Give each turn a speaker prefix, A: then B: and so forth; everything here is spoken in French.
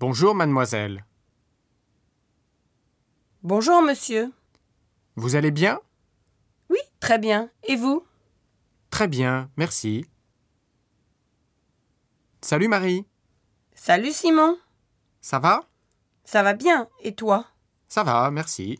A: Bonjour, mademoiselle.
B: Bonjour, monsieur.
A: Vous allez bien
B: Oui, très bien. Et vous
A: Très bien, merci. Salut, Marie.
B: Salut, Simon.
A: Ça va
B: Ça va bien. Et toi
A: Ça va, merci.